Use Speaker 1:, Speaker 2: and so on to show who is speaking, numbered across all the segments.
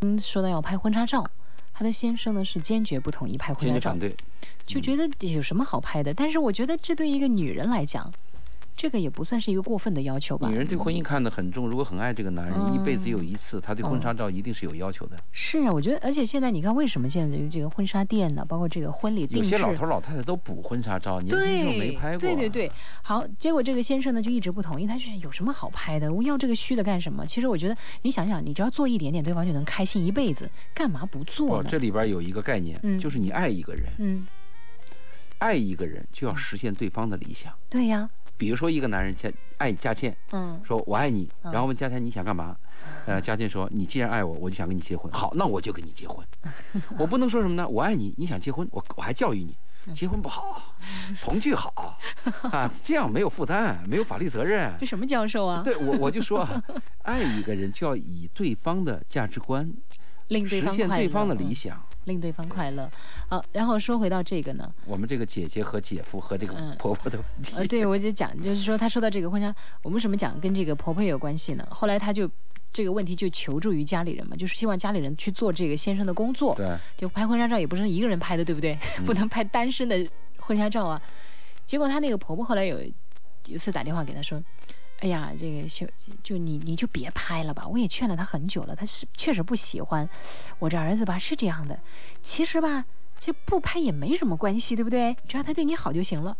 Speaker 1: 嗯，说到要拍婚纱照，她的先生呢是坚决不同意拍婚
Speaker 2: 坚
Speaker 1: 纱
Speaker 2: 决
Speaker 1: 照
Speaker 2: 反，对。
Speaker 1: 就
Speaker 2: 嗯
Speaker 1: 觉得有什么好拍的。但是我觉得这对一个女人来讲，这个也不算是一个过分的要求吧
Speaker 2: 女。人对婚姻看得很重，如果很爱这个男
Speaker 1: 嗯
Speaker 2: 人，一辈子有一次，她对婚纱照一定是有要求的。
Speaker 1: 是啊，我觉得，而且现在你看，为什么现在这个这个婚纱店呢，包括这个婚礼定
Speaker 2: 有
Speaker 1: 制，
Speaker 2: 些老头老太太都补婚纱照，年轻时候
Speaker 1: 对，
Speaker 2: 没拍过。啊
Speaker 1: 对对对，好，结果这个先生呢就一直不同意，他就是有什么好拍的，我要这个虚的干什么？其实我觉得，你想想，你只要做一点点，对方就能开心一辈子，干嘛不做
Speaker 2: 哦，
Speaker 1: 呢？
Speaker 2: 这里边有一个概念，
Speaker 1: 嗯
Speaker 2: 就是你爱一个人，
Speaker 1: 嗯，
Speaker 2: 爱一个人就要实现对方的理想。
Speaker 1: 对呀，
Speaker 2: 比如说，一个男人欠爱佳倩，
Speaker 1: 嗯，
Speaker 2: 说我爱你，
Speaker 1: 嗯
Speaker 2: 然后问佳倩你想干嘛？呃，佳倩说你既然爱我，我就想跟你结
Speaker 1: 嗯
Speaker 2: 婚。好，那我就跟你结 婚。我不能说什么呢？我爱你，你想结婚，我我还教育你，
Speaker 1: 嗯
Speaker 2: 结婚 不好，同居好啊，这样没有负担，没有法律责任。
Speaker 1: 这什么教授啊？
Speaker 2: 对我我就说啊， 爱一个人就要以对方的价值观
Speaker 1: 令对
Speaker 2: 实
Speaker 1: 方
Speaker 2: 现
Speaker 1: 快乐，
Speaker 2: 对方的理
Speaker 1: 嗯，
Speaker 2: 想。
Speaker 1: 令对方快乐。好，然后说回到这个呢，
Speaker 2: 我们这个姐姐和姐夫和这个
Speaker 1: 嗯
Speaker 2: 婆婆的问题，
Speaker 1: 呃，对，我就讲，就是说，她说到这个婚纱，我们什么讲跟这个婆婆有关系呢？后来她就这个问题就求助于家里人嘛，就是希望家里人去做这个先生的工作。
Speaker 2: 对，
Speaker 1: 就拍婚纱照也不是一个人拍的，对不对？ 不能拍单身的婚纱照啊。结果她那个婆婆后来有有一次打电话给她说：“哎呀，这个就就你你就别拍了吧，我也劝了她很久了，她是确实不喜欢。我这儿子吧是这样的，其实吧，这不拍也没什么关系，对不对？只要他对你好就行了。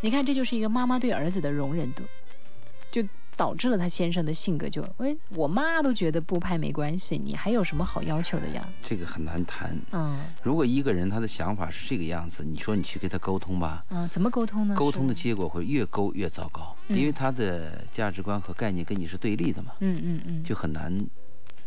Speaker 1: 你看，这就是一个妈妈对儿子的容忍度，就导致了她先生的性格就，哎，我妈都觉得不拍没关系，你还有什么好要求的呀？
Speaker 2: 这个很难谈。
Speaker 1: 嗯。”
Speaker 2: 如果一个人他的想法是这个样子，你说你去跟他沟通吧，
Speaker 1: 啊，怎么沟通呢？
Speaker 2: 沟通的
Speaker 1: 是，
Speaker 2: 结果会越沟越糟糕，
Speaker 1: 嗯
Speaker 2: 因为他的价值观和概念跟你是对立的嘛，
Speaker 1: 嗯嗯嗯，
Speaker 2: 就很难。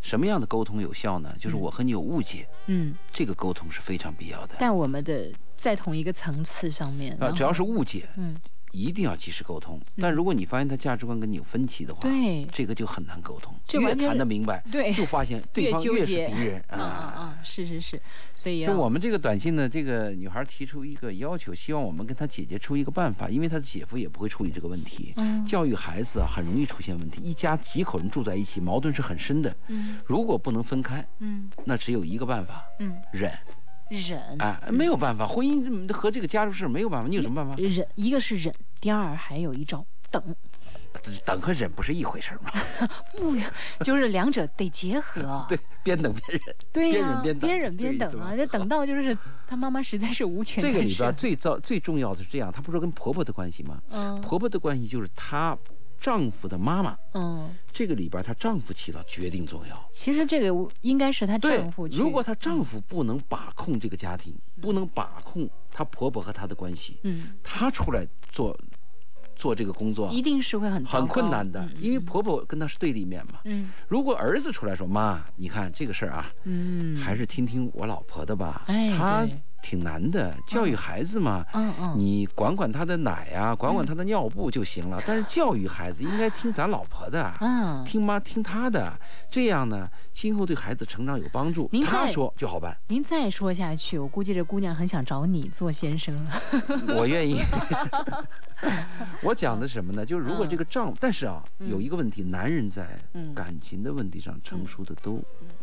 Speaker 2: 什么样的沟通有效呢？就是我和你有误解，
Speaker 1: 嗯，
Speaker 2: 这个沟通是非常必要的。
Speaker 1: 但我们的在同一个层次上面，
Speaker 2: 啊，
Speaker 1: 然
Speaker 2: 只要
Speaker 1: 后
Speaker 2: 是误解，
Speaker 1: 嗯，
Speaker 2: 一定要及时沟通。但如果你发现他价值观跟你有分歧的话，
Speaker 1: 对
Speaker 2: 这个就很难沟通。
Speaker 1: 这
Speaker 2: 越
Speaker 1: 完全
Speaker 2: 谈
Speaker 1: 是
Speaker 2: 得明白，
Speaker 1: 对
Speaker 2: 就 发现对
Speaker 1: 越
Speaker 2: 方
Speaker 1: 纠
Speaker 2: 越是
Speaker 1: 结
Speaker 2: 敌人
Speaker 1: 嗯嗯
Speaker 2: 啊。
Speaker 1: 嗯，是是是，所以
Speaker 2: 就
Speaker 1: 要
Speaker 2: 我们这个短信呢，这个女孩提出一个要求，希望我们跟她姐姐出一个办法，因为她的姐夫也不会处理这个问题。
Speaker 1: 嗯
Speaker 2: 教育孩子啊，很容易出现问题。一家几口人住在一起，矛盾是很深的。
Speaker 1: 嗯
Speaker 2: 如果不能分开，
Speaker 1: 嗯
Speaker 2: 那只有一个办法，
Speaker 1: 嗯
Speaker 2: 忍
Speaker 1: 忍
Speaker 2: 啊，没有办法，婚姻和这个家务事没有办法。你有什么办法？
Speaker 1: 忍，一个是忍，第二还有一招等，
Speaker 2: 等和忍不是一回事儿吗？
Speaker 1: 不 就是两者得结合，
Speaker 2: 对，边等边 忍。
Speaker 1: 对
Speaker 2: 边
Speaker 1: 呀、
Speaker 2: 忍边等
Speaker 1: 边忍
Speaker 2: 这个
Speaker 1: 边
Speaker 2: 意思
Speaker 1: 等
Speaker 2: 吧
Speaker 1: 啊，这等到 就是他妈妈实在是无权
Speaker 2: 这个
Speaker 1: 干
Speaker 2: 里
Speaker 1: 涉
Speaker 2: 边
Speaker 1: 了，
Speaker 2: 最糟最重要的是这样，她不是说跟婆婆的关系吗？
Speaker 1: 嗯
Speaker 2: 婆婆的关系就是她丈夫的妈妈。
Speaker 1: 嗯，
Speaker 2: 这个里边她丈夫起到决定作用。
Speaker 1: 其实这个我应该是她
Speaker 2: 对
Speaker 1: 丈夫，去，
Speaker 2: 如果她丈夫不能把控这个家庭，不能把控她婆婆和她的关系，
Speaker 1: 嗯。
Speaker 2: 她出来做做这个工作
Speaker 1: 一定是会很糟
Speaker 2: 啊很困
Speaker 1: 糕
Speaker 2: 难的，因为婆婆跟她是对立面嘛。
Speaker 1: 嗯
Speaker 2: 如果儿子出来说：“妈，你看这个事儿啊，
Speaker 1: 嗯，
Speaker 2: 还是听听我老婆的吧，
Speaker 1: 哎
Speaker 2: 她
Speaker 1: 对
Speaker 2: 挺难的，教育孩子嘛。
Speaker 1: 嗯嗯
Speaker 2: 你管管她的奶啊，管管她的尿布就行了。但是教育孩子应该听咱老婆的，
Speaker 1: 嗯
Speaker 2: 听妈听她的，这样呢，今后对孩子成长有帮助。
Speaker 1: 您
Speaker 2: 她
Speaker 1: 在
Speaker 2: 说就好办，
Speaker 1: 您再说下去，我估计这姑娘很想找你做先 生了。
Speaker 2: 我愿 意。我讲的是什么呢？就是如果这个丈夫，但是啊，有一个问题，男人在
Speaker 1: 嗯
Speaker 2: 感情的问题上成熟的都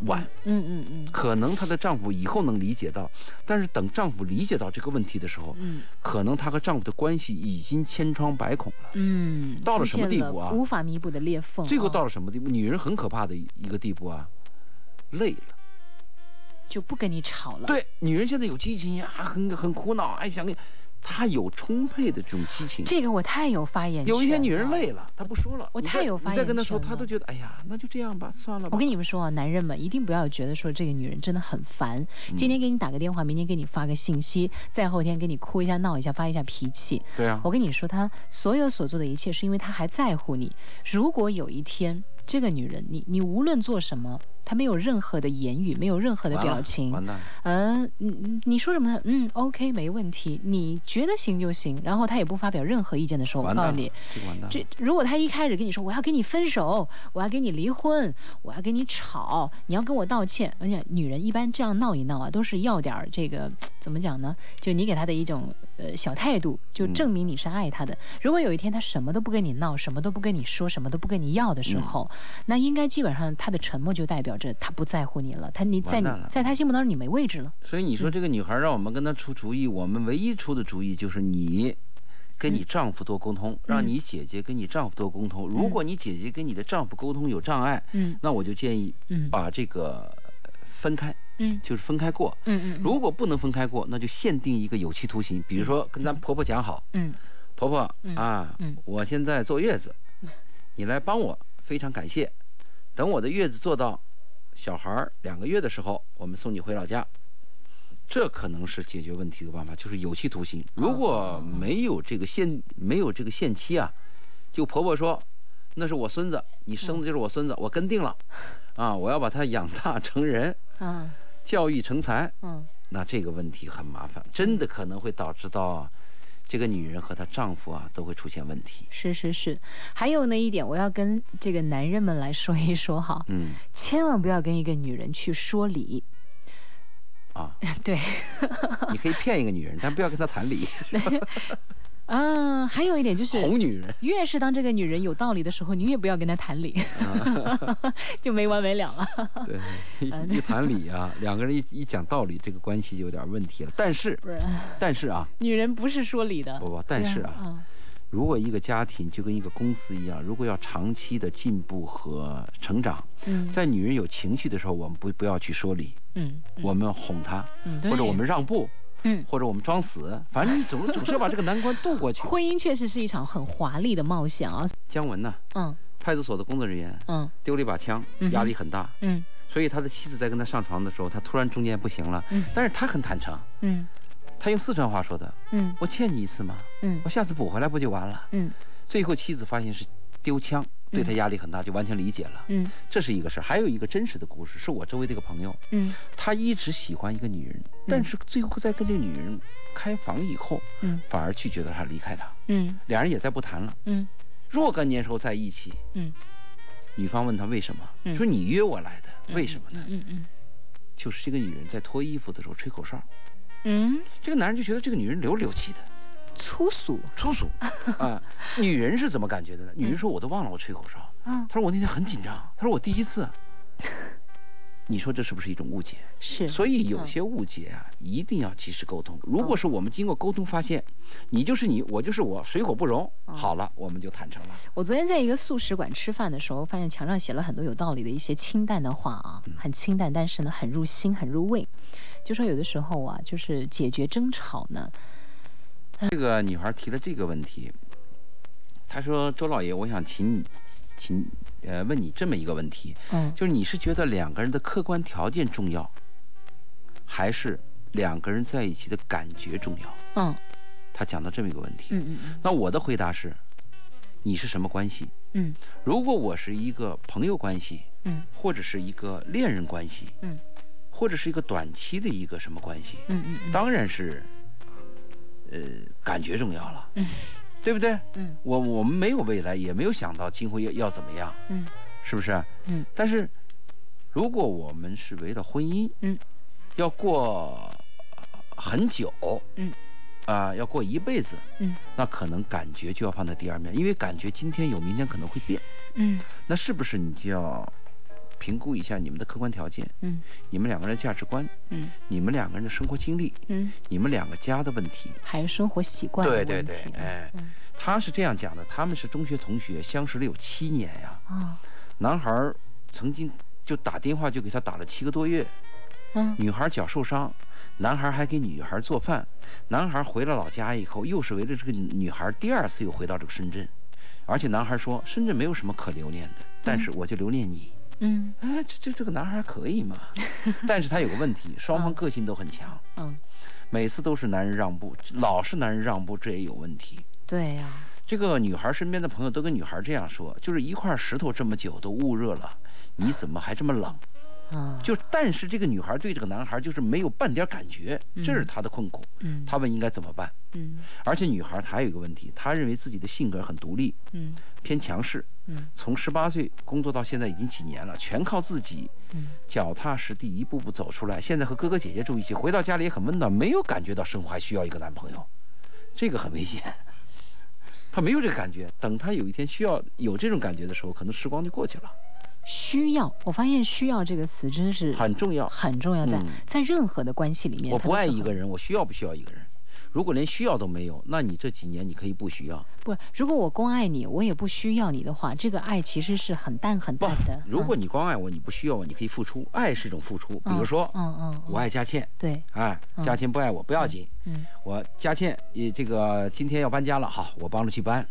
Speaker 2: 晚。
Speaker 1: 嗯嗯嗯
Speaker 2: 可能她的丈夫以后能理解到，但是等丈夫理解到这个问题的时候，
Speaker 1: 嗯
Speaker 2: 可能她和丈夫的关系已经千疮百孔了。
Speaker 1: 嗯，
Speaker 2: 到了
Speaker 1: 出
Speaker 2: 什么
Speaker 1: 现
Speaker 2: 地步啊
Speaker 1: 了无法弥补的裂缝。
Speaker 2: 最后
Speaker 1: 哦
Speaker 2: 到了什么地步？女人很可怕的一个地步啊，累了。
Speaker 1: 就不跟你吵了。，
Speaker 2: 对，女人现在有激情呀，很很苦恼，哎，想，她有充沛的这种激情。
Speaker 1: 这个我太有发言权。
Speaker 2: 有一天女人，累了，她不说了。
Speaker 1: 我
Speaker 2: 你
Speaker 1: 太
Speaker 2: 再
Speaker 1: 有发
Speaker 2: 你再跟她
Speaker 1: 言
Speaker 2: 说，
Speaker 1: 权
Speaker 2: 她
Speaker 1: 了
Speaker 2: 都觉得哎呀，那就这样吧，算了吧。
Speaker 1: 我跟你们说啊，男人们一定不要觉得说这个女人真的很烦，
Speaker 2: 嗯
Speaker 1: 今天给你打个电话，明天给你发个信息，再后天给你哭一下、闹一下、发一下脾气。
Speaker 2: 对啊
Speaker 1: 我，跟你说，她所有所做的一切，是因为她还在乎你。如果有一天，这个女人，你你无论做什么，她没有任何的言语，没有任何的
Speaker 2: 完
Speaker 1: 表
Speaker 2: 了
Speaker 1: 情，
Speaker 2: 完蛋了。
Speaker 1: 嗯，你你说什么呢？嗯，OK，没问题，你觉得行就行。然后她也不发表任何意见的时候，我
Speaker 2: 完
Speaker 1: 告诉
Speaker 2: 蛋
Speaker 1: 你
Speaker 2: 了，，这个完蛋了
Speaker 1: 这。如果他一开始跟你说我要跟你分手，我要跟你离婚，我要跟你吵，你要跟我道歉，而且女人一般这样闹一闹啊，都是要点儿这个怎么讲呢？就你给她的一种呃小态度，就证明你是爱她的。
Speaker 2: 嗯
Speaker 1: 如果有一天她什么
Speaker 2: 嗯
Speaker 1: 都不跟你闹，什么都不跟你说，什么都不跟你要的时候，那应该基本上她的沉默就代表着他不在乎你了，他你在
Speaker 2: 完
Speaker 1: 你
Speaker 2: 蛋了
Speaker 1: 在他心目当中你没位置了。
Speaker 2: 所以你
Speaker 1: 嗯
Speaker 2: 说这个女孩让我们跟她出主意，我们唯一出的主意就是你跟
Speaker 1: 嗯
Speaker 2: 你丈夫多沟通，让你姐姐跟你丈夫多沟通。如果你姐姐跟你的丈夫沟通有障碍，
Speaker 1: 嗯
Speaker 2: 那我就建议
Speaker 1: 嗯
Speaker 2: 把这个分开，
Speaker 1: 嗯
Speaker 2: 就是分开过。
Speaker 1: 嗯嗯
Speaker 2: 如果不能分开过，那就限定一个有期徒刑，比如说跟咱婆婆讲好，
Speaker 1: 嗯
Speaker 2: 婆婆
Speaker 1: 嗯
Speaker 2: 啊
Speaker 1: 嗯，
Speaker 2: 我现在坐月子，你来帮我，非常感谢。等我的月子坐到小孩儿两个月的时候，我们送你回老家。这可能是解决问题的办法，就是有期徒
Speaker 1: 哦
Speaker 2: 刑。如果没有这个限，没有这个限期啊，就婆婆说，那是我孙子，你生的就是我孙
Speaker 1: 嗯
Speaker 2: 子，我跟定了，啊，我要把他养大成人，
Speaker 1: 啊
Speaker 2: 教育成才。
Speaker 1: 嗯
Speaker 2: 那这个问题很麻烦，真的可能会导致到啊这个女人和她丈夫啊都会出现问题。
Speaker 1: 是是是，还有那一点，我要跟这个男人们来说一说哈，
Speaker 2: 嗯
Speaker 1: 千万不要跟一个女人去说理，
Speaker 2: 啊，
Speaker 1: 对。
Speaker 2: 你可以骗一个女人，但不要跟她谈 理。
Speaker 1: 嗯，还有一点就是，
Speaker 2: 哄女人，
Speaker 1: 越是当这个女人有道理的时候，你越不要跟她谈理，
Speaker 2: 啊
Speaker 1: 就没完没了了。
Speaker 2: 对，一一谈理啊，两个人一一讲道理，这个关系就有点问题了。但是，
Speaker 1: 不是，
Speaker 2: 但是啊，
Speaker 1: 女人不是说理的。
Speaker 2: 不不，但是啊，
Speaker 1: 啊，
Speaker 2: 如果一个家庭就跟一个公司一样，如果要长期的进步和成长，
Speaker 1: 嗯
Speaker 2: 在女人有情绪的时候，我们不不要去说理，
Speaker 1: 嗯
Speaker 2: 我们哄她，
Speaker 1: 嗯，对
Speaker 2: 或者我们让步，
Speaker 1: 嗯，
Speaker 2: 或者我们装死，反正你总总是要把这个难关渡过去。
Speaker 1: 婚姻确实是一场很华丽的冒险啊。
Speaker 2: 姜文呢，
Speaker 1: 嗯
Speaker 2: 派出所的工作人员
Speaker 1: 嗯
Speaker 2: 丢了一把枪
Speaker 1: 嗯，哼
Speaker 2: 压力很大，
Speaker 1: 嗯
Speaker 2: 所以他的妻子在跟他上床的时候，他突然中间不行了，
Speaker 1: 嗯
Speaker 2: 但是他很坦诚，
Speaker 1: 嗯
Speaker 2: 他用四川话说的
Speaker 1: 嗯：“
Speaker 2: 我欠你一次嘛，
Speaker 1: 嗯
Speaker 2: 我下次补回来不就完了
Speaker 1: 嗯？”
Speaker 2: 最后妻子发现是丢枪，对他压力很大，就完全理解了。
Speaker 1: 嗯
Speaker 2: 这是一个事儿，还有一个真实的故事，是我周围的一个朋友，
Speaker 1: 嗯
Speaker 2: 他一直喜欢一个女人，但是最后在跟这女人开房以后，
Speaker 1: 嗯
Speaker 2: 反而拒绝了她，离开她，
Speaker 1: 嗯
Speaker 2: 两人也再不谈了。
Speaker 1: 嗯
Speaker 2: 若干年时候在一起，
Speaker 1: 嗯
Speaker 2: 女方问他为什么，
Speaker 1: 嗯
Speaker 2: 说你约我来的，为什么呢？
Speaker 1: 嗯嗯
Speaker 2: 就是这个女人在脱衣服的时候吹口哨，
Speaker 1: 嗯，
Speaker 2: 这个男人就觉得这个女人流里流气的，
Speaker 1: 粗俗
Speaker 2: 粗俗啊。女人是怎么感觉的呢？女人说我都忘了我吹口哨，
Speaker 1: 啊，
Speaker 2: 她说我那天很紧张，她说我第一次。你说这是不是一种误解？
Speaker 1: 是，嗯
Speaker 2: 所以有些误解啊，一定要及时沟通。如果是我们经过沟通发现，你就是你，我就是我，水火不容，
Speaker 1: 嗯
Speaker 2: 好了，我们就坦诚了。
Speaker 1: 我昨天在一个素食馆吃饭的时候，发现墙上写了很多有道理的一些清淡的话啊，
Speaker 2: 嗯
Speaker 1: 很清淡，但是呢很入心，很入味。就说有的时候啊，就是解决争吵呢，
Speaker 2: 这个女孩提了这个问题，她说：“周老爷，我想请你，请呃问你这么一个问题，
Speaker 1: 嗯
Speaker 2: 就是你是觉得两个人的客观条件重要，还是两个人在一起的感觉重要
Speaker 1: 嗯？”
Speaker 2: 她讲到这么一个问题，
Speaker 1: 嗯嗯
Speaker 2: 那我的回答是：你是什么关系？
Speaker 1: 嗯
Speaker 2: 如果我是一个朋友关系，
Speaker 1: 嗯
Speaker 2: 或者是一个恋人关系，
Speaker 1: 嗯，
Speaker 2: 或者是一个短期的一个什么关系，
Speaker 1: 嗯嗯嗯，
Speaker 2: 当然是，呃，感觉重要了，
Speaker 1: 嗯
Speaker 2: 对不对？
Speaker 1: 嗯
Speaker 2: 我我们没有未来，也没有想到今后要要怎么样，
Speaker 1: 嗯
Speaker 2: 是不是？
Speaker 1: 嗯。
Speaker 2: 但是，如果我们是为了婚姻，
Speaker 1: 嗯，
Speaker 2: 要过很久，
Speaker 1: 嗯，
Speaker 2: 啊、要过一辈子，
Speaker 1: 嗯，
Speaker 2: 那可能感觉就要放在第二面，因为感觉今天有，明天可能会变。
Speaker 1: 嗯
Speaker 2: 那是不是你就要评估一下你们的客观条件，
Speaker 1: 嗯
Speaker 2: 你们两个人的价值观，
Speaker 1: 嗯
Speaker 2: 你们两个人的生活经历，
Speaker 1: 嗯，
Speaker 2: 你们两个家的问题？
Speaker 1: 还有生活习惯的
Speaker 2: 对
Speaker 1: 问题
Speaker 2: 对
Speaker 1: 啊，
Speaker 2: 对，哎，
Speaker 1: 嗯
Speaker 2: 他是这样讲的，他们是中学同学，相识了有七年呀、
Speaker 1: 啊
Speaker 2: 男孩儿曾经就打电话就给他打了七个多月，
Speaker 1: 嗯
Speaker 2: 女孩脚受伤，男孩还给女孩做饭，男孩回了老家以后，又是围着这个女孩第二次又回到这个深圳，而且男孩说深圳没有什么可留恋的，但是我就留恋你。
Speaker 1: 嗯
Speaker 2: 哎，这这这个男孩可以嘛？但是他有个问题，双方个性都很强，
Speaker 1: 嗯，
Speaker 2: 每次都是男人让步，老是男人让步，这也有问题。
Speaker 1: 对啊呀，
Speaker 2: 这个女孩身边的朋友都跟女孩这样说，就是一块石头这么久都捂热了，你怎么还这么冷？
Speaker 1: 啊，
Speaker 2: 就但是这个女孩对这个男孩就是没有半点感觉，这是她的困苦。
Speaker 1: 嗯
Speaker 2: 她问应该怎么办？
Speaker 1: 嗯
Speaker 2: 而且女孩她还有一个问题，她认为自己的性格很独立，
Speaker 1: 嗯
Speaker 2: 偏强势。
Speaker 1: 嗯
Speaker 2: 从十八岁工作到现在已经几年了，全靠自己
Speaker 1: 嗯
Speaker 2: 脚踏实地，一步步走出来。现在和哥哥姐姐住一起，回到家里也很温暖，没有感觉到生活还需要一个男朋友，这个很危险。 她没有这个感觉，等她有一天需要有这种感觉的时候，可能时光就过去了。
Speaker 1: 需要，我发现“需要”这个词真是
Speaker 2: 很重要，
Speaker 1: 很重要在，在、
Speaker 2: 嗯、
Speaker 1: 在任何的关系里面。
Speaker 2: 我不爱一个人，我需要不需要一个人？如果连需要都没有，那你这几年你可以不需要。
Speaker 1: 不，如果我光爱你，我也不需要你的话，这个爱其实是很淡很淡的。
Speaker 2: 如果你光爱我，你不需要我，你可以付出。爱是一种付出，比如说，
Speaker 1: 嗯嗯，
Speaker 2: 我爱佳倩，
Speaker 1: 对，
Speaker 2: 哎，佳倩不爱我不要紧，
Speaker 1: 嗯，
Speaker 2: 我佳倩也这个今天要搬家了，好，我帮着 去搬。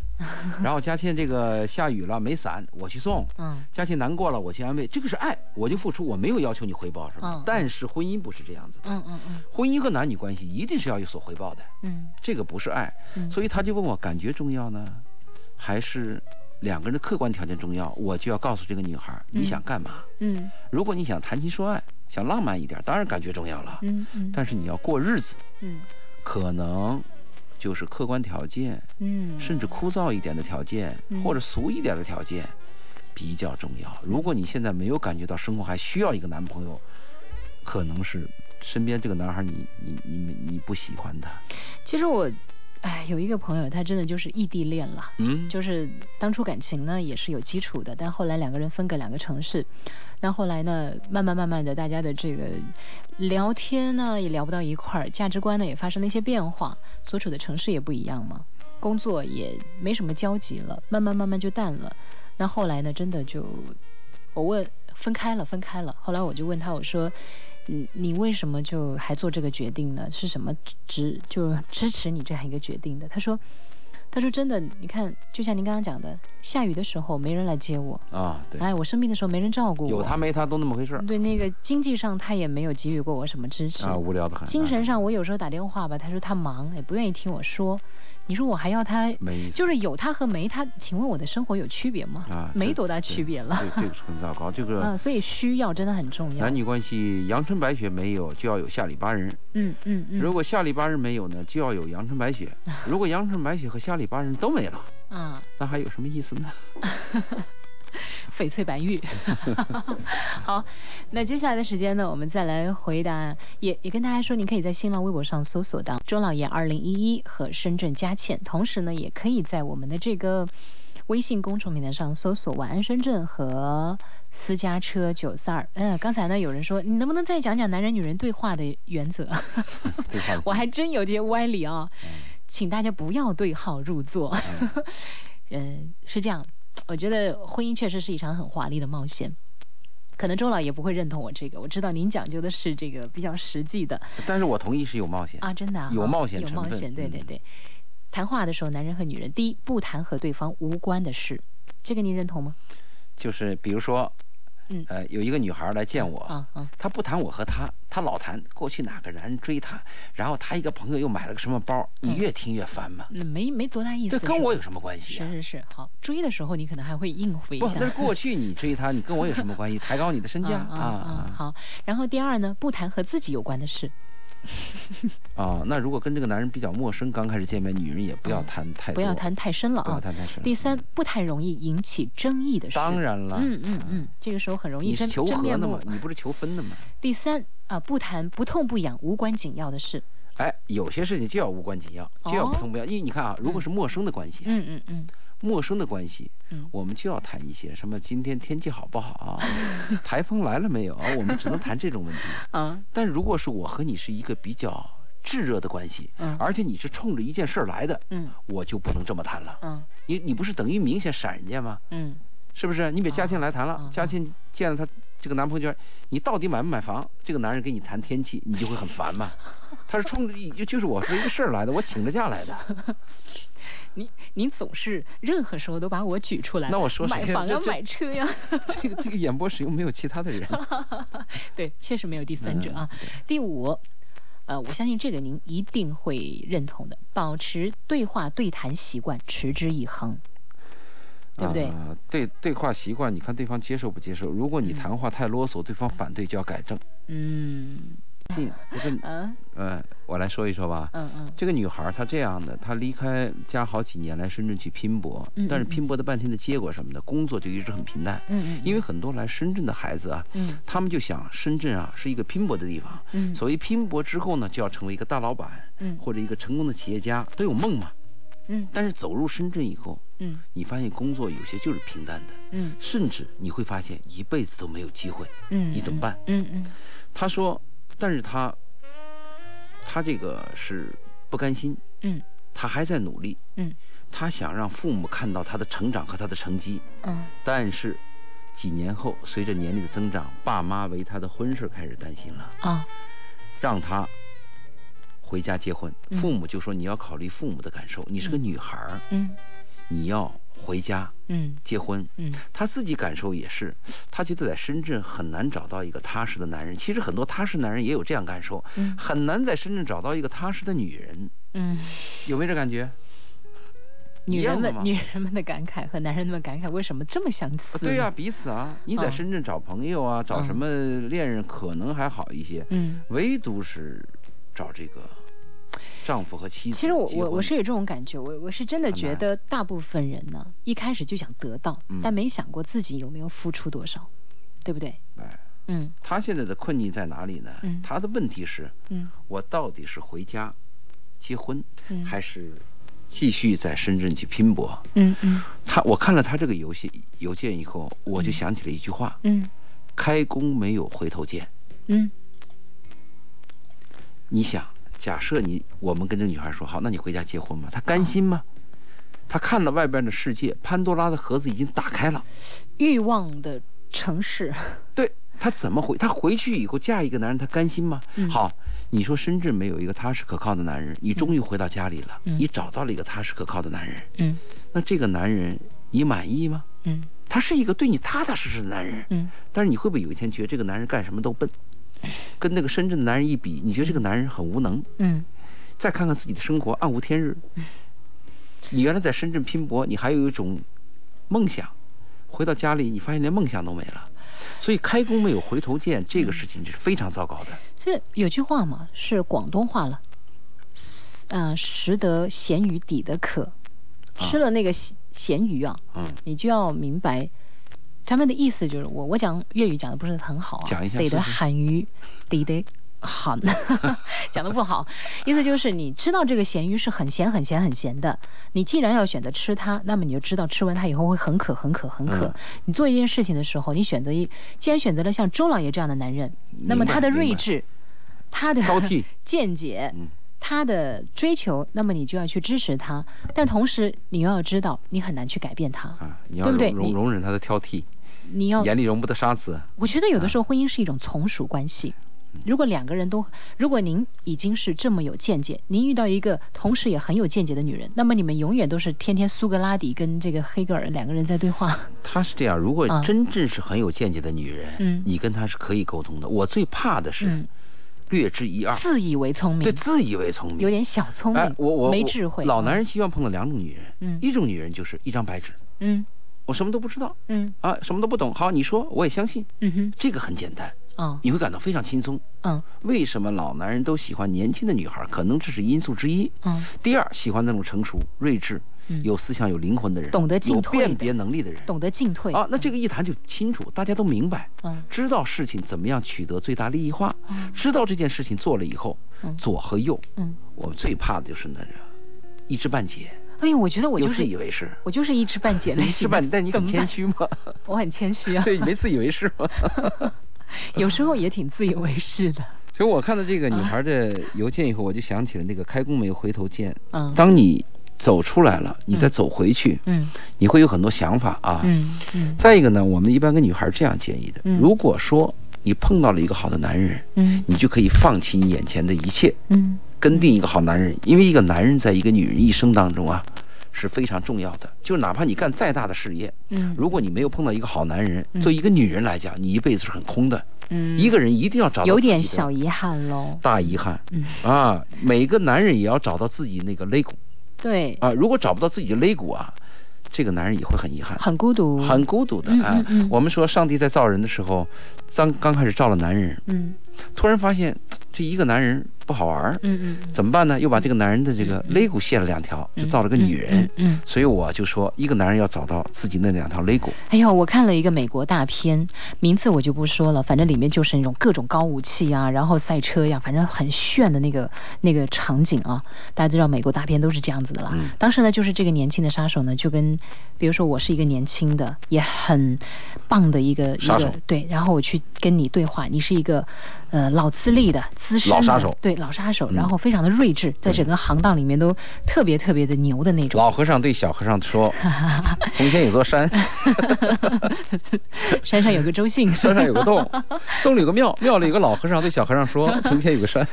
Speaker 2: 然后佳倩这个下雨了没伞，我去送。
Speaker 1: 嗯，
Speaker 2: 佳倩难过了，我去安慰，这个是爱，我就付出，我没有要求你回报什么。但是婚姻不是这样子的，
Speaker 1: 嗯嗯嗯，
Speaker 2: 婚姻和男女关系一定是要有所回报的，
Speaker 1: 嗯，
Speaker 2: 这个不是爱。所以他就问我感觉重要呢，还是两个人的客观条件重要？我就要告诉这个女孩，你想干嘛？
Speaker 1: 嗯，
Speaker 2: 如果你想谈情说爱，想浪漫一点，当然感觉重要了。
Speaker 1: 嗯嗯，
Speaker 2: 但是你要过日子，
Speaker 1: 嗯，
Speaker 2: 可能。就是客观条件，
Speaker 1: 嗯，
Speaker 2: 甚至枯燥一点的条件，
Speaker 1: 嗯、
Speaker 2: 或者俗一点的条件，比较重要。如果你现在没有感觉到生活还需要一个男朋友，可能是身边这个男孩你你你你不喜欢他。
Speaker 1: 其实我，哎，有一个朋友，他真的就是异地恋了，
Speaker 2: 嗯，
Speaker 1: 就是当初感情呢也是有基础的，但后来两个人分隔两个城市，那后来呢，慢慢慢慢的，大家的这个聊天呢也聊不到一块儿，价值观呢也发生了一些变化，所处的城市也不一样嘛，工作也没什么交集了，慢慢慢慢就淡了。那后来呢，真的就我问分开了，分开了。后来我就问他，我说。你你为什么就还做这个决定呢？是什么支就支持你这样一个决定的？他说，他说真的，你看，就像您刚刚讲的，下雨的时候没人来接我
Speaker 2: 啊，对，
Speaker 1: 哎，我生病的时候没人照顾我，
Speaker 2: 有他没他都那么回事儿。
Speaker 1: 对，那个经济上他也没有给予过我什么支持
Speaker 2: 啊，无聊的很。
Speaker 1: 精神上我有时候打电话吧，他说他忙，也不愿意听我说。你说我还要他，
Speaker 2: 没
Speaker 1: 就是有他和没他，请问我的生活有区别吗？
Speaker 2: 啊，
Speaker 1: 没多大区别了。
Speaker 2: 对，这个是很糟糕，这个
Speaker 1: 啊，所以需要真的很重要。
Speaker 2: 男女关系，阳春白雪没有，就要有下里巴人。
Speaker 1: 嗯嗯嗯。
Speaker 2: 如果下里巴人没有呢，就要有阳春 白雪。如果阳春白雪和下里巴人都没了，
Speaker 1: 啊，
Speaker 2: 那还有什么意思呢？
Speaker 1: 翡翠白玉，好，那接下来的时间呢，我们再来回答，也也跟大家说，您可以在新浪微博上搜索到“周老爷二零一一”和“深圳佳倩”，同时呢，也可以在我们的这个微信公众平台上搜索“晚安深圳”和“私家车九四二”。嗯，刚才呢有人说，你能不能再讲讲男人女人对话的原则？
Speaker 2: 对话，嗯
Speaker 1: 我还真有些歪理啊、哦，请大家不要对号入座。 嗯，是这样。我觉得婚姻确实是一场很华丽的冒险，可能周老爷不会认同我这个。我知道您讲究的是这个比较实际的，
Speaker 2: 但是我同意是有冒险
Speaker 1: 啊，真的、啊、
Speaker 2: 有冒险
Speaker 1: 有冒险，对对对。
Speaker 2: 嗯、
Speaker 1: 谈话的时候，男人和女人第一不谈和对方无关的事，这个您认同吗？
Speaker 2: 就是比如说，
Speaker 1: 嗯
Speaker 2: 呃，有一个女孩来见我，
Speaker 1: 啊啊，
Speaker 2: 她不谈我和她，她老谈过去哪个男人追她，然后她一个朋友又买了个什么包，你越听越烦嘛，
Speaker 1: 那没没多大嗯意思，
Speaker 2: 这跟我有什么关系
Speaker 1: 啊？是是是，好追的时候你可能还会应付一下，
Speaker 2: 不，那过去你追她，你跟我有什 么关系？抬高你的身价
Speaker 1: 啊！好，然后第二呢，不谈和自己有关的事。
Speaker 2: 啊，那如果跟这个男人比较陌生，刚开始见面，女人也不要谈
Speaker 1: 嗯
Speaker 2: 太
Speaker 1: 不要谈太深了啊，
Speaker 2: 不要谈太深。
Speaker 1: 第三，不太容易引起争议的事。
Speaker 2: 当然了，
Speaker 1: 嗯嗯嗯，这个时候很容易
Speaker 2: 啊你是
Speaker 1: 争
Speaker 2: 求
Speaker 1: 争
Speaker 2: 和
Speaker 1: 面
Speaker 2: 的
Speaker 1: 目
Speaker 2: 嘛，。你不是求分的嘛？
Speaker 1: 第三啊，不谈不痛不痒、无关紧要的事。
Speaker 2: 哎，有些事情就要无关紧要，就要不痛不痒。因为你看啊，如果是陌生的关系，
Speaker 1: 哦嗯嗯嗯，
Speaker 2: 陌生的关系，
Speaker 1: 嗯
Speaker 2: 我们就要谈一些什么今天天气好不好 啊，台风来了没有啊，我们只能谈这种问题。
Speaker 1: 啊，
Speaker 2: 但如果是我和你是一个比较炙热的关系，
Speaker 1: 嗯
Speaker 2: 而且你是冲着一件事儿来的，
Speaker 1: 嗯
Speaker 2: 我就不能这么谈了。
Speaker 1: 嗯
Speaker 2: 你你不是等于明显闪人家吗？
Speaker 1: 嗯
Speaker 2: 是不是？你比如嘉庆来谈
Speaker 1: 啊
Speaker 2: 了，嘉庆见了她这个男朋友，就你到底买不买房？这个男人跟你谈天气，你就会很 烦嘛。他是冲着就是我是一个事儿来的，我请着假来的。
Speaker 1: 您您总是任何时候都把我举出来。
Speaker 2: 那我说谁
Speaker 1: 买
Speaker 2: 呀
Speaker 1: 房啊
Speaker 2: 这，这
Speaker 1: 买车 呀、
Speaker 2: 这个这个演播室又没有其他的人，
Speaker 1: 对，确实没有第三者
Speaker 2: 嗯
Speaker 1: 啊。第五，呃，我相信这个您一定会认同的，保持对话对谈习惯，持之以恒， 对不对？
Speaker 2: 啊对对话习惯，你看对方接受不接受？如果你谈话太啰嗦，对方反对就要改正。
Speaker 1: 嗯
Speaker 2: 进这个
Speaker 1: 啊
Speaker 2: 呃，我来说一说吧。
Speaker 1: 嗯嗯
Speaker 2: 这个女孩儿她这样的，她离开家好几年来深圳去拼搏
Speaker 1: 嗯嗯，
Speaker 2: 但是拼搏的半天的结果什么的，工作就一直很平淡。
Speaker 1: 嗯嗯，
Speaker 2: 因为很多来深圳的孩子啊，
Speaker 1: 嗯
Speaker 2: 他们就想深圳啊是一个拼搏的地方，
Speaker 1: 嗯
Speaker 2: 所谓拼搏之后呢，就要成为一个大老板
Speaker 1: 嗯
Speaker 2: 或者一个成功的企业家，都有梦嘛。
Speaker 1: 嗯
Speaker 2: 但是走入深圳以后，
Speaker 1: 嗯
Speaker 2: 你发现工作有些就是平淡的，
Speaker 1: 嗯
Speaker 2: 甚至你会发现一辈子都没有机会。
Speaker 1: 嗯，
Speaker 2: 你怎么办？
Speaker 1: 嗯嗯
Speaker 2: 他说，但是他他这个是不甘心，
Speaker 1: 嗯
Speaker 2: 他还在努力，
Speaker 1: 嗯
Speaker 2: 他想让父母看到他的成长和他的成绩。
Speaker 1: 嗯
Speaker 2: 但是几年后，随着年龄的增长，爸妈为他的婚事开始担心了，
Speaker 1: 啊
Speaker 2: 让他回家结婚。
Speaker 1: 嗯
Speaker 2: 父母就说你要考虑父母的感受，你是个女孩儿，
Speaker 1: 嗯
Speaker 2: 你要回家
Speaker 1: 嗯
Speaker 2: 结婚。
Speaker 1: 嗯
Speaker 2: 他自己感受也是，他觉得在深圳很难找到一个踏实的男人。其实很多踏实男人也有这样感受，
Speaker 1: 嗯
Speaker 2: 很难在深圳找到一个踏实的女人，
Speaker 1: 嗯，
Speaker 2: 有没有这感觉？
Speaker 1: 女
Speaker 2: 一样
Speaker 1: 人
Speaker 2: 的
Speaker 1: 们
Speaker 2: 吗哦
Speaker 1: 女人们的感慨和男人们的感慨为什么这么相似？
Speaker 2: 对呀、，彼此啊，你在
Speaker 1: 嗯
Speaker 2: 深圳找朋友啊，找什么恋人可能还好一些，
Speaker 1: 嗯。
Speaker 2: 唯独是找这个丈夫和妻子。
Speaker 1: 其实我
Speaker 2: 结
Speaker 1: 我
Speaker 2: 婚
Speaker 1: 我是有这种感觉，我我是真的
Speaker 2: 很
Speaker 1: 觉
Speaker 2: 难
Speaker 1: 得大部分人呢，一开始就想得到，
Speaker 2: 嗯
Speaker 1: 但没想过自己有没有付出多少，对不对？
Speaker 2: 哎，
Speaker 1: 嗯
Speaker 2: 他现在的困境在哪里呢？
Speaker 1: 嗯
Speaker 2: 他的问题是，
Speaker 1: 嗯
Speaker 2: 我到底是回家结婚，
Speaker 1: 嗯
Speaker 2: 还是继续在深圳去拼搏？
Speaker 1: 嗯嗯
Speaker 2: 他我看了他这个邮件邮件以后，我就想起了一句话：
Speaker 1: 嗯
Speaker 2: 开弓没有回头箭。
Speaker 1: 嗯
Speaker 2: 你想，假设你我们跟这女孩说好，那你回家结婚吗？她甘心吗？她看了外边的世界，潘多拉的盒子已经打开了。
Speaker 1: 欲望的城市，
Speaker 2: 对她怎么回？她回去以后嫁一个男人，她甘心吗？
Speaker 1: 嗯
Speaker 2: 好，你说深圳没有一个踏实可靠的男人，你终于回到家里了，
Speaker 1: 嗯
Speaker 2: 你找到了一个踏实可靠的男人，
Speaker 1: 嗯
Speaker 2: 那这个男人你满意吗？
Speaker 1: 嗯
Speaker 2: 他是一个对你踏踏实实的男人，
Speaker 1: 嗯
Speaker 2: 但是你会不会有一天觉得这个男人干什么都笨？跟那个深圳的男人一比，你觉得这个男人很无能？
Speaker 1: 嗯
Speaker 2: 再看看自己的生活，暗无天日。你原来在深圳拼搏，你还有一种梦想，回到家里，你发现连梦想都没了。所以开弓没有回头箭，这个事情是非常糟糕的。
Speaker 1: 这有句话嘛，是广东话了，嗯、食得咸鱼抵得渴，
Speaker 2: 啊
Speaker 1: 吃了那个咸咸鱼啊，
Speaker 2: 嗯，
Speaker 1: 你就要明白，他们的意思就是我我讲粤语讲的不是很好啊，
Speaker 2: 讲一下
Speaker 1: 得
Speaker 2: 试
Speaker 1: 的
Speaker 2: 试
Speaker 1: 喊鱼，得得喊， 讲的不好，意思就是你知道这个咸鱼是很咸很咸很咸的，你既然要选择吃它，那么你就知道吃完它以后会很渴很渴很渴。
Speaker 2: 嗯
Speaker 1: 你做一件事情的时候，你选择一，既然选择了像周老爷这样的男人，那么
Speaker 2: 明白
Speaker 1: 他的
Speaker 2: 明白
Speaker 1: 睿智，他的
Speaker 2: 挑剔
Speaker 1: 见解，
Speaker 2: 嗯
Speaker 1: 他的追求，那么你就要去支持他，但同时你又要知道，你很难去改变他，
Speaker 2: 啊，你要
Speaker 1: 对不
Speaker 2: 容
Speaker 1: 对
Speaker 2: 容
Speaker 1: 你
Speaker 2: 容忍他的挑剔，
Speaker 1: 你要
Speaker 2: 眼里容不得沙子。
Speaker 1: 我觉得有
Speaker 2: 啊
Speaker 1: 的时候婚姻是一种从属关系。
Speaker 2: 嗯
Speaker 1: 如果两个人都，如果您已经是这么有见解，您遇到一个同时也很有见解的女人，那么你们永远都是天天苏格拉底跟这个黑格尔两个人在对话。
Speaker 2: 他是这样，如果
Speaker 1: 啊
Speaker 2: 真正是很有见解的女人，
Speaker 1: 嗯
Speaker 2: 你跟她是可以沟通的。我最怕的是
Speaker 1: 嗯，
Speaker 2: 略知一二，
Speaker 1: 自以为聪
Speaker 2: 啊对
Speaker 1: 明，
Speaker 2: 自以为聪明，
Speaker 1: 有点小聪明，
Speaker 2: 哎，我我
Speaker 1: 没
Speaker 2: 我
Speaker 1: 智慧。
Speaker 2: 老男人希望碰到两种女人，
Speaker 1: 嗯
Speaker 2: 一种女人就是一张白纸，
Speaker 1: 嗯，
Speaker 2: 我什么都不知道
Speaker 1: 嗯
Speaker 2: 啊，什么都不懂。好，你说我也相信，
Speaker 1: 嗯嗯
Speaker 2: 这个很简单，
Speaker 1: 哼，啊
Speaker 2: 你会感到非常轻松。
Speaker 1: 嗯
Speaker 2: 为什么老男人都喜欢年轻的女孩？可能这是因素之一。
Speaker 1: 嗯
Speaker 2: 第二，喜欢那种成熟、锐志、
Speaker 1: 嗯，
Speaker 2: 有思想、有灵魂的人，
Speaker 1: 懂得进
Speaker 2: 有
Speaker 1: 退的
Speaker 2: 辨别能力的人。
Speaker 1: 懂得进退
Speaker 2: 啊，那这个一谈就清楚，大家都明白，
Speaker 1: 嗯
Speaker 2: 知道事情怎么样取得最大利益化，
Speaker 1: 嗯
Speaker 2: 知道这件事情做了以后
Speaker 1: 嗯，
Speaker 2: 左和右，
Speaker 1: 嗯，
Speaker 2: 我最怕的就是那个一知半解，
Speaker 1: 哎呀，我觉得我
Speaker 2: 又
Speaker 1: 就
Speaker 2: 自
Speaker 1: 是
Speaker 2: 以为是。
Speaker 1: 我就是一知半解类
Speaker 2: 你
Speaker 1: 型
Speaker 2: 是
Speaker 1: 的，
Speaker 2: 吧？但你
Speaker 1: 怎
Speaker 2: 很
Speaker 1: 么
Speaker 2: 谦
Speaker 1: 办？
Speaker 2: 虚嘛，
Speaker 1: 我很谦虚啊，
Speaker 2: 对，你没自以为是嘛。
Speaker 1: 有时候也挺自以为是的。
Speaker 2: 所以我看到这
Speaker 1: 啊
Speaker 2: 个女孩的邮件以后，我就想起了那个开弓没有回头箭。
Speaker 1: 嗯
Speaker 2: 当你走出来了，你再走回去，
Speaker 1: 嗯
Speaker 2: 你会有很多想法啊。
Speaker 1: 嗯嗯
Speaker 2: 再一个呢，我们一般跟女孩这样建议的：
Speaker 1: 嗯
Speaker 2: 如果说你碰到了一个好的男人，
Speaker 1: 嗯
Speaker 2: 你就可以放弃你眼前的一切，
Speaker 1: 嗯
Speaker 2: 跟定一个好男人。因为一个男人在一个女人一生当中啊，是非常重要的。就是哪怕你干再大的事业，
Speaker 1: 嗯，
Speaker 2: 如果你没有碰到一个好男人，
Speaker 1: 嗯
Speaker 2: 作为一个女人来讲，你一辈子是很空的。
Speaker 1: 嗯
Speaker 2: 一个人一定要找到
Speaker 1: 有
Speaker 2: 自己
Speaker 1: 点
Speaker 2: 的
Speaker 1: 小遗憾喽。
Speaker 2: 大遗憾
Speaker 1: 嗯，
Speaker 2: 啊！每个男人也要找到自己那个肋骨
Speaker 1: 对，
Speaker 2: 啊，如果找不到自己的肋骨啊，这个男人也会很遗憾，
Speaker 1: 很孤独，
Speaker 2: 很孤独的
Speaker 1: 嗯
Speaker 2: 啊
Speaker 1: 嗯嗯。
Speaker 2: 我们说上帝在造人的时候，刚刚开始造了男人，
Speaker 1: 嗯
Speaker 2: 突然发现嘖这一个男人不好玩儿，
Speaker 1: 嗯嗯，
Speaker 2: 怎么办呢？又把这个男人的这个
Speaker 1: 嗯嗯
Speaker 2: 肋骨卸了两条，就
Speaker 1: 嗯
Speaker 2: 造了个女人。，
Speaker 1: 嗯嗯嗯
Speaker 2: 所以我就说，一个男人要找到自己那两条肋骨，
Speaker 1: 哎呦，我看了一个美国大片，名字我就不说了，反正里面就是那种各种高武器呀、然后赛车呀、反正很炫的那个那个场景啊。大家都知道美国大片都是这样子的啦。
Speaker 2: 嗯
Speaker 1: 当时呢，就是这个年轻的杀手呢，就跟比如说我是一个年轻的也很棒的一个一
Speaker 2: 杀手
Speaker 1: 个对，然后我去跟你对话，你是一个呃老资历的资深的
Speaker 2: 老杀手嗯
Speaker 1: 对老杀手，然后非常的睿智，在整个行当里面都特别特别的牛的那种。
Speaker 2: 老和尚对小和 尚说：“从前有座山，
Speaker 1: 山上有个周信，
Speaker 2: 山上有 个洞，洞里有个庙，庙里有个老和尚对小和尚说：从前有个山。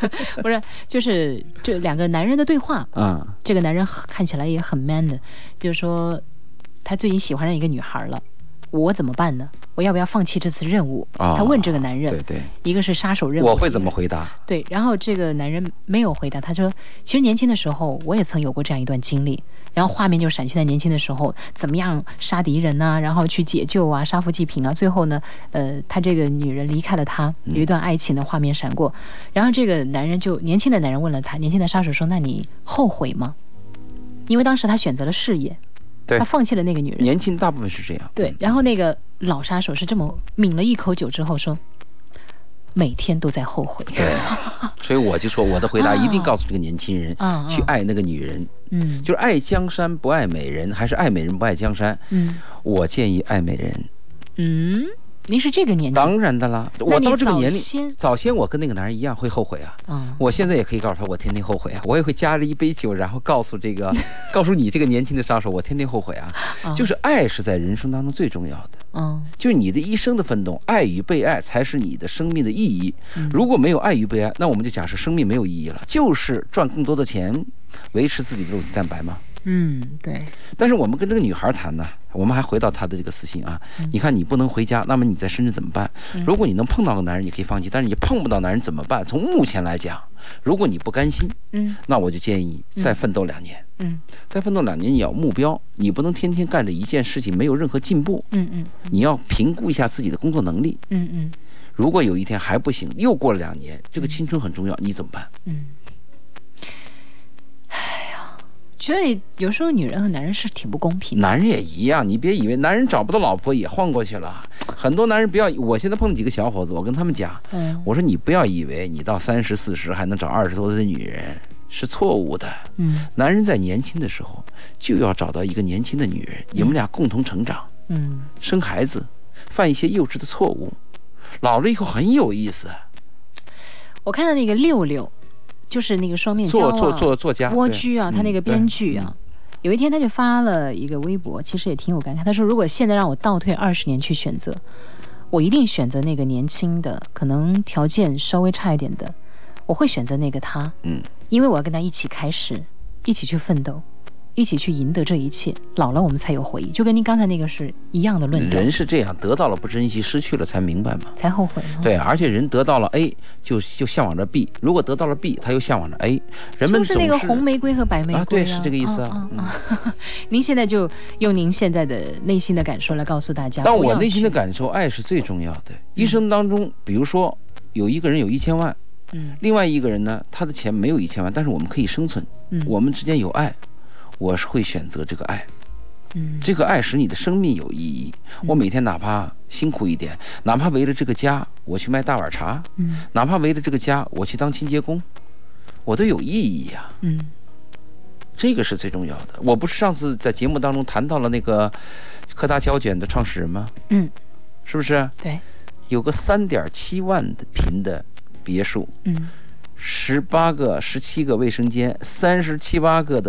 Speaker 1: 不是，就是这两个男人的对话”。
Speaker 2: 啊，
Speaker 1: 这个男人很看起来也很 man 的，就是说他最近喜欢上一个女孩了，我怎么办呢？我要不要放弃这次任务？
Speaker 2: 啊
Speaker 1: 他问这个男
Speaker 2: 对
Speaker 1: 人，
Speaker 2: 对，
Speaker 1: 一个是杀手任务，
Speaker 2: 我会怎么？回答？
Speaker 1: 对，然后这个男人没有回答，他说：“其实年轻的时候我也曾有过这样一段经历。”然后画面就闪现在年轻的时候，怎么样杀敌人呐、然后去解救啊，杀富济贫啊。最后呢，呃，他这个女人离开了他，
Speaker 2: 嗯
Speaker 1: 有一段爱情的画面闪过。然后这个男人就年轻的男人问了他，年轻的杀手说：“那你后悔吗？”因为当时他选择了事业，
Speaker 2: 对
Speaker 1: 他放弃了那个女人。
Speaker 2: 年轻大部分是这样。
Speaker 1: 对，然后那个老杀手是这么抿了一口酒之后说：“每天都在后悔。”
Speaker 2: 对，所以我就说，我的回答
Speaker 1: 哦
Speaker 2: 一定告诉这个年轻人
Speaker 1: 嗯嗯，
Speaker 2: 去爱那个女人，
Speaker 1: 嗯，
Speaker 2: 就是爱江山不爱美人，还是爱美人不爱江山？
Speaker 1: 嗯
Speaker 2: 我建议爱美人。
Speaker 1: 嗯，您是这个年纪，
Speaker 2: 当然的啦，
Speaker 1: 那
Speaker 2: 我
Speaker 1: 你
Speaker 2: 到这个
Speaker 1: 早
Speaker 2: 年龄，
Speaker 1: 先
Speaker 2: 早先我跟那个男人一样会后悔啊。
Speaker 1: 嗯，
Speaker 2: 我现在也可以告诉他，我天天后悔啊！我也会加了一杯酒，然后告诉这个， 告诉你这个年轻的杀手，我天天后悔啊！
Speaker 1: 嗯
Speaker 2: 就是爱是在人生当中最重要的，
Speaker 1: 嗯
Speaker 2: 就是你的一生的奋斗，爱与被爱才是你的生命的意义。
Speaker 1: 嗯
Speaker 2: 如果没有爱与被爱，那我们就假设生命没有意义了，就是赚更多的钱，维持自己的肉体蛋白嘛。
Speaker 1: 嗯，对，
Speaker 2: 但是我们跟这个女孩谈呢，我们还回到她的这个私信啊。你看，你不能回家，那么你在深圳怎么办？如果你能碰到个男人，你可以放弃；但是你碰不到男人怎么办？从目前来讲，如果你不甘心，
Speaker 1: 嗯
Speaker 2: 那我就建议再奋斗两年，
Speaker 1: 嗯
Speaker 2: 再奋斗两年，你要有目标，你不能天天干着一件事情没有任何进步，
Speaker 1: 嗯嗯
Speaker 2: 你要评估一下自己的工作能力。
Speaker 1: 嗯嗯
Speaker 2: 如果有一天还不行，又过了两年，这个青春很重要，你怎么办？
Speaker 1: 嗯，哎呀，觉得有时候女人和男人是挺不公平的，
Speaker 2: 男人也一样，你别以为男人找不到老婆也晃过去了。很多男人不要，我现在碰几个小伙子，我跟他们讲，
Speaker 1: 嗯
Speaker 2: 我说你不要以为你到三十四十还能找二十多岁的女人，是错误的。
Speaker 1: 嗯
Speaker 2: 男人在年轻的时候就要找到一个年轻的女人，你们俩共同成长。
Speaker 1: 嗯
Speaker 2: 生孩子，犯一些幼稚的错误，老了以后很有意思。啊
Speaker 1: 我看到那个六六，就是那个双面胶
Speaker 2: 做
Speaker 1: 啊，
Speaker 2: 做做作家，
Speaker 1: 蜗
Speaker 2: 对
Speaker 1: 居啊，
Speaker 2: 嗯
Speaker 1: 他那个编剧
Speaker 2: 对
Speaker 1: 啊
Speaker 2: 嗯。
Speaker 1: 有一天，他就发了一个微博，其实也挺有感慨。他说：“如果现在让我倒退二十年去选择，我一定选择那个年轻的，可能条件稍微差一点的，我会选择那个他，
Speaker 2: 嗯，
Speaker 1: 因为我要跟他一起开始，一起去奋斗，一起去赢得这一切。老了我们才有回忆，就跟您刚才那个是一样的论点，
Speaker 2: 人是这样，得到了不珍惜，失去了才明白嘛。
Speaker 1: 才后悔吗？
Speaker 2: 对，而且人得到了 A 就就向往着 B，如果得到了 B，他又向往着 A。人们
Speaker 1: 就
Speaker 2: 总
Speaker 1: 是那个红玫瑰和白玫瑰、
Speaker 2: 啊对是这个意思
Speaker 1: 啊
Speaker 2: 啊
Speaker 1: 啊 啊 您现在就用您现在的内心的感受来告诉大家。
Speaker 2: 但
Speaker 1: 不
Speaker 2: 我
Speaker 1: 要
Speaker 2: 内心的
Speaker 1: 去，
Speaker 2: 感受，爱是最重要的。一生当中，比如说有一个人有一千万，
Speaker 1: 嗯
Speaker 2: 另外一个人呢，他的钱没有一千万，但是我们可以生存，
Speaker 1: 嗯，
Speaker 2: 我们之间有爱，我是会选择这个爱。
Speaker 1: 嗯
Speaker 2: 这个爱使你的生命有意义。我每天哪怕辛苦一点，哪怕为了这个家我去卖大碗茶，
Speaker 1: 嗯
Speaker 2: 哪怕为了这个家我去当清洁工，我都有意义呀、
Speaker 1: 嗯
Speaker 2: 这个是最重要的。我不是上次在节目当中谈到了那个科大胶卷的创始人吗？
Speaker 1: 嗯，
Speaker 2: 是不是
Speaker 1: 对，
Speaker 2: 有个三点七万的平的别墅，
Speaker 1: 嗯。
Speaker 2: 十八个、十七个卫生间，三十七八个的